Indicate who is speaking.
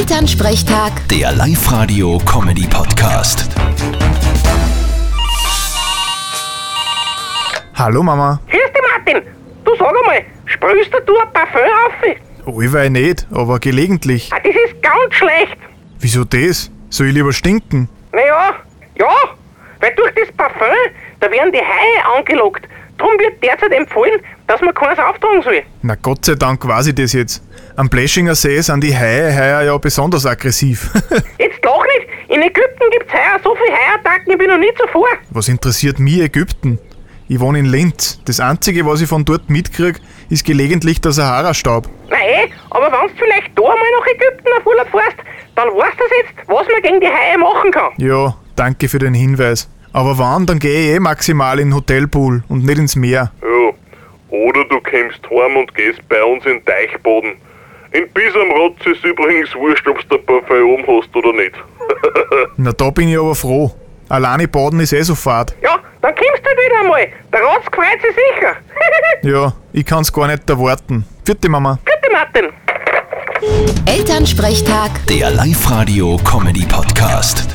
Speaker 1: Elternsprechtag,
Speaker 2: Der Live-Radio-Comedy-Podcast.
Speaker 3: Hallo Mama.
Speaker 4: Grüß dich, Martin. Du sag einmal, sprühst du ein Parfum auf?
Speaker 3: Allweil Oh, nicht, aber gelegentlich.
Speaker 4: Ah, das ist ganz schlecht.
Speaker 3: Wieso das? Soll ich lieber stinken?
Speaker 4: Naja, ja, weil durch das Parfum, da werden die Haie angelockt. Drum wird derzeit empfohlen, dass man keins auftragen soll.
Speaker 3: Na Gott sei Dank weiß ich das jetzt. Am Bläschinger See sind die Haie heuer ja besonders aggressiv.
Speaker 4: Jetzt lach nicht, in Ägypten gibt's heuer so viele Haiattacken, ich bin noch nie zuvor.
Speaker 3: was interessiert mich Ägypten? Ich wohne in Linz. Das Einzige, was ich von dort mitkriege, ist gelegentlich der Sahara-Staub.
Speaker 4: Nein, eh, aber wenn du vielleicht da mal nach Ägypten auf Urlaub fährst, dann weißt du jetzt, was man gegen die Haie machen kann.
Speaker 3: Ja, danke für den Hinweis. Aber wann, dann gehe ich eh maximal in den Hotelpool und nicht ins Meer.
Speaker 5: Ja. Oder du kommst heim und gehst bei uns in den Teichboden. In Bis am Rotz ist übrigens wurscht, ob du ein Parfait oben hast oder nicht.
Speaker 3: Na da bin ich aber froh. Alleine baden ist eh so fad.
Speaker 4: Ja, dann kommst du halt wieder einmal. Der Rotz freut sich sicher.
Speaker 3: Ja, ich kann's gar nicht erwarten. Vierte Mama.
Speaker 4: Gute Martin.
Speaker 1: Elternsprechtag.
Speaker 2: Der Live-Radio-Comedy-Podcast.